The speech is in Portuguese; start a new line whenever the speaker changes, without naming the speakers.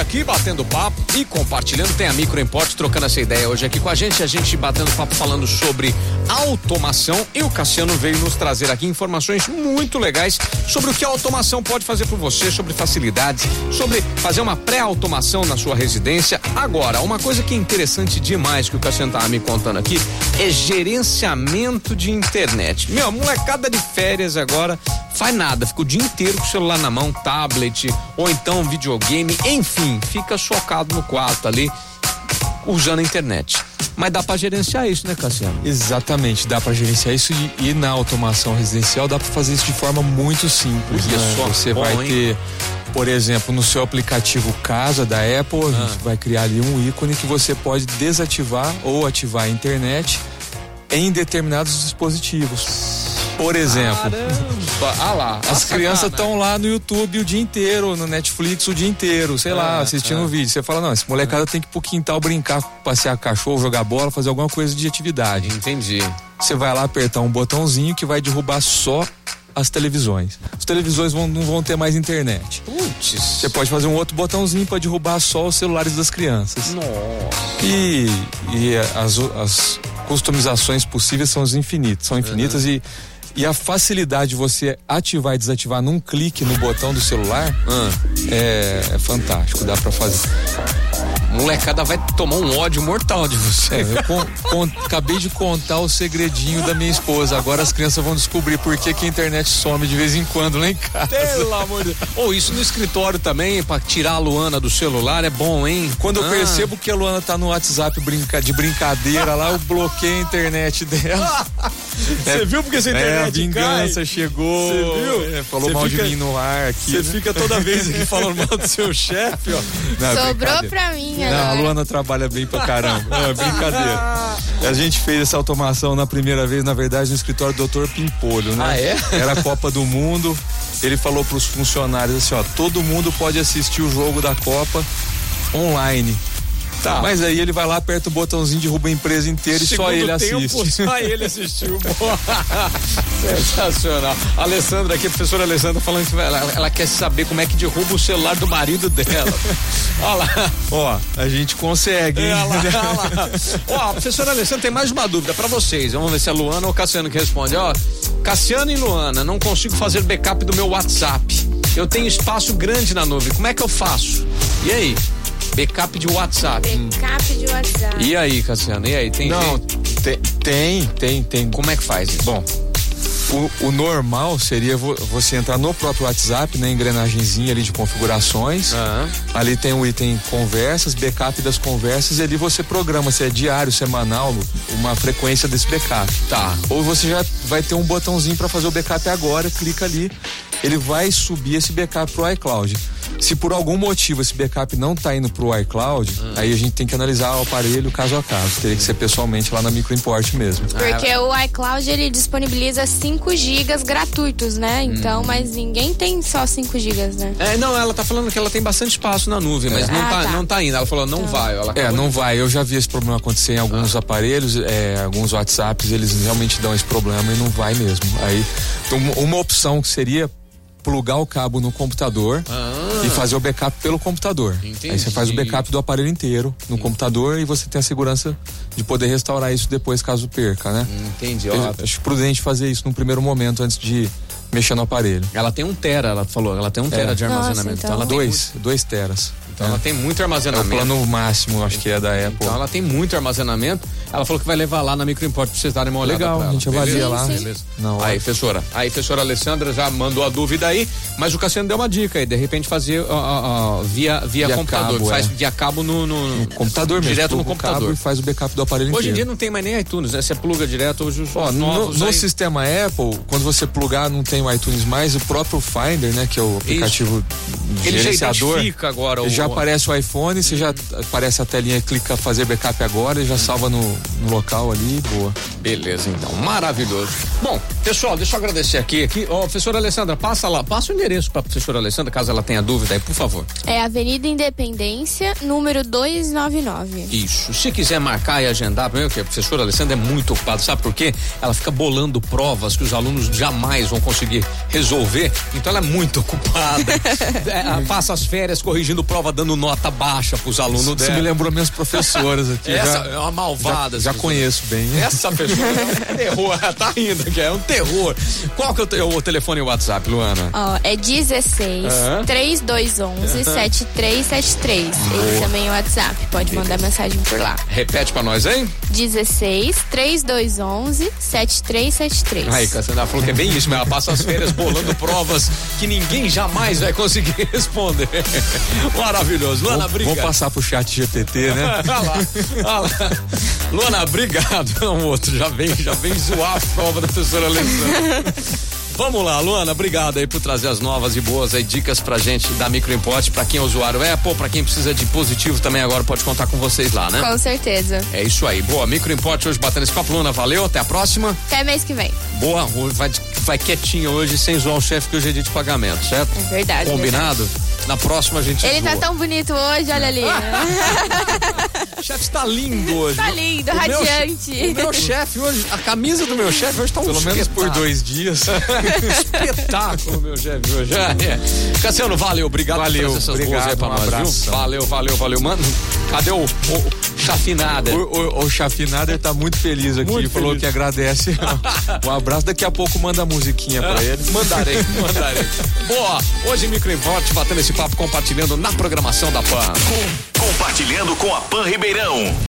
aqui batendo papo e compartilhando. Tem a Micro Import trocando essa ideia hoje aqui com a gente. A gente batendo papo falando sobre automação e o Cassiano veio nos trazer aqui informações muito legais sobre o que a automação pode fazer por você, sobre facilidades, sobre fazer uma pré-automação na sua residência. Agora, uma coisa que é interessante demais que o Cassiano tava me contando aqui é gerenciamento de internet. Meu, a molecada de férias agora faz nada, fica o dia inteiro com o celular na mão, tablet ou então videogame, enfim, fica socado no quarto ali usando a internet. Mas dá para gerenciar isso, né, Cassiano?
Exatamente, dá para gerenciar isso e, e, na automação residencial dá para fazer isso de forma muito simples.
Olha
né?
só,
Você
é bom,
vai
hein?
ter, por exemplo, no seu aplicativo Casa da Apple,
Ah.
a gente vai criar ali um ícone que você pode desativar ou ativar a internet em determinados dispositivos. Por exemplo,
Caramba! Ah lá,
as crianças estão lá no YouTube o dia inteiro, no Netflix o dia inteiro, sei lá,
Ah,
assistindo
ah.
um vídeo. Você fala, não, esse molecada tem que ir pro quintal brincar, passear cachorro, jogar bola, fazer alguma coisa de atividade.
Entendi.
Você vai lá apertar um botãozinho que vai derrubar só as televisões. As televisões vão- não vão ter mais internet.
Putz.
Você pode fazer um outro botãozinho para derrubar só os celulares das crianças.
Nossa.
E, e as, o- as customizações possíveis são as infinitas, são infinitas e, e a facilidade de você ativar e desativar num clique no botão do celular
Ah,
é, é fantástico, dá para fazer.
Molecada vai tomar um ódio mortal de
É,
você.
eu con- con- acabei de contar o segredinho da minha esposa. Agora as crianças vão descobrir por que, que a internet some de vez em quando lá em casa.
Pelo amor de Deus. Ou isso no escritório também, pra tirar a Luana do celular, é bom, hein?
Quando eu
Ah.
percebo que a Luana tá no WhatsApp brinca, de brincadeira lá, eu bloqueei a internet dela.
Você viu porque essa
É, a
internet
vingança
cai?
chegou.
Você viu?
É, falou
Você
mal
fica-
de mim no ar aqui.
Você
né?
fica toda vez aqui falando mal do seu chefe, ó.
Não, é
Sobrou
Ah, brincadeira.
pra mim
Não, a
agora.
Luana trabalha bem pra caramba. É, brincadeira. A gente fez essa automação na primeira vez, na verdade, no escritório do Dr. Pimpolho, né?
Ah, é?
Era a Copa do Mundo. Ele falou pros funcionários assim, ó, todo mundo pode assistir o jogo da Copa online.
Tá.
Mas aí ele vai lá, aperta o botãozinho, derruba a empresa inteira e só ele
Segundo tempo,
assiste.
Só ele assistiu.
Sensacional. A Alessandra aqui, a professora Alessandra falando que ela, ela quer saber como é que derruba o celular do marido dela. Olha lá.
Ó, a gente consegue, hein?
Olha lá, olha lá. Ó, a professora Alessandra tem mais uma dúvida pra vocês. Vamos ver se é Luana ou Cassiano que responde. Ó, Cassiano e Luana, não consigo fazer backup do meu WhatsApp. Eu tenho espaço grande na nuvem. Como é que eu faço? E aí? Backup de WhatsApp.
Backup de WhatsApp.
E aí, Cassiano? E aí? Tem
Não,
jeito?
te- tem, tem, tem.
Como é que faz isso?
Bom, o, o normal seria vo- você entrar no próprio WhatsApp, na engrenagemzinha ali de configurações.
Aham.
Ali tem o item conversas, backup das conversas, e ali você programa se é diário, semanal, uma frequência desse backup.
Tá.
Ou você já vai ter um botãozinho para fazer o backup agora, clica ali, ele vai subir esse backup pro iCloud. Se por algum motivo esse backup não tá indo pro iCloud, aí a gente tem que analisar o aparelho caso a caso. Teria que ser pessoalmente lá na Microimport mesmo.
Porque o iCloud ele disponibiliza 5 GB gratuitos, né?
Hum.
Então, mas ninguém tem só 5 GB, né?
É, não, ela tá falando que ela tem bastante espaço na nuvem, mas não,
Ah,
tá,
tá.
não tá ainda. Ela falou, não vai. Ela
É,
acabou
não vai. Eu já vi esse problema acontecer em alguns aparelhos, é, alguns WhatsApps, eles realmente dão esse problema e não vai mesmo. Aí, então, uma- uma opção que seria plugar o cabo no computador e fazer o backup pelo computador.
Ah. Entendi. Hum.
Aí você faz o backup do aparelho inteiro no computador e você tem a segurança de poder restaurar isso depois caso perca, né?
de- Entendi,
Eu
ó.
acho prudente fazer isso num primeiro momento antes de mexer no aparelho.
Ela tem um tera, ela falou. Ela tem um tera de
Nossa,
armazenamento.
então-
então, ela tem muito-
Dois, dois teras.
então ela tem muito
é o
armazenamento.
plano máximo, acho que é da Apple.
Então ela tem muito armazenamento. Ela falou que vai levar lá na microimport pra vocês darem uma olhada.
Legal,
pra ela.
a gente avalia
Beleza?
lá.
Beleza.
Na hora.
Aí, professora. Aí, professora Alessandra já mandou a dúvida aí, mas o Cassiano deu uma dica aí. De repente fazer ó, ó, ó, via, via,
Via
computador.
cabo,
faz
é.
via cabo no, no-
computador mesmo.
Direto no
pluga o cabo
computador.
e faz o backup do aparelho
Hoje em dia
inteiro.
não tem mais nem iTunes, né? Você pluga direto hoje os
Ó, no,
novos
no
aí-
sistema Apple, quando você plugar, não tem o iTunes mais, o próprio Finder, né, que é o aplicativo
Ele já
gerenciador,
identifica agora o- Hum.
já aparece o iPhone, você já aparece a telinha, clica fazer backup agora e já salva no, no local ali, boa.
Beleza, então. Maravilhoso. Bom, pessoal, deixa eu agradecer aqui. aqui ó, professora Alessandra, passa lá, passa o endereço pra professora Alessandra, caso ela tenha dúvida aí, por favor.
É Avenida Independência, número 299.
Isso. Se quiser marcar e agendar, primeiro que a professora Alessandra é muito ocupada, sabe por quê? Ela fica bolando provas que os alunos jamais vão conseguir resolver, então ela é muito ocupada.
Uhum.
é, passa as férias corrigindo prova, dando nota baixa pros alunos
Você me
dela.
lembrou minhas professoras aqui.
é. Essa
já,
é uma malvada.
já, já
essa pessoa.
conheço bem. né?
Essa pessoa é um terror, ela tá rindo aqui, é um terror. Qual que é o, te- o telefone e o WhatsApp, Luana?
Ó, é 16 3211 7373. Esse também é o WhatsApp. Pode mandar mensagem por lá.
Repete pra nós, hein?
16 3211 7373.
Aí, Cassandra falou que é bem isso, mas ela passa as férias bolando provas que ninguém jamais vai conseguir responder. Maravilhoso. Luana,
Vou, vou
obrigado.
passar pro chat GPT, né?
Olha lá, olha lá. Luana, obrigado. É um outro, já vem, já vem zoar a prova da professora Alessandra. Vamos lá, Luana, obrigado aí por trazer as novas e boas aí, dicas pra gente da Microimporte, pra quem é usuário Apple, pra quem precisa de positivo também agora pode contar com vocês lá, né?
Com certeza.
É isso aí. Boa, Microimporte hoje batendo esse papo, Luana, valeu, até a próxima.
Até mês que vem.
Boa, hoje vai, de- vai quietinha hoje, sem zoar o chefe, que hoje é dia de pagamento, certo?
É verdade.
Combinado? Na próxima a gente
Ele tá
zoa.
tão bonito hoje, olha ali.
Ah, O chefe está lindo hoje.
Tá
viu?
lindo,
O meu
radiante.
che- O meu chefe hoje, a camisa do meu chefe hoje tá um
Pelo menos por
espetáculo.
dois dias.
espetáculo, meu chefe hoje. É. Cassiano, valeu, obrigado
Valeu,
por trazer essas
obrigado,
boas aí pra
um
nós, viu?
abração.
Valeu, valeu, valeu. Mano, cadê o, o chafinada?
O, o, o Chafinader tá muito feliz aqui,
Muito
falou
feliz.
que agradece. Um abraço, daqui a pouco manda a musiquinha
É.
pra ele.
Mandarei, mandarei. Boa, hoje Microinvort batendo esse papo, compartilhando na programação da PAN.
Com- compartilhando com a Pan Ribeirão.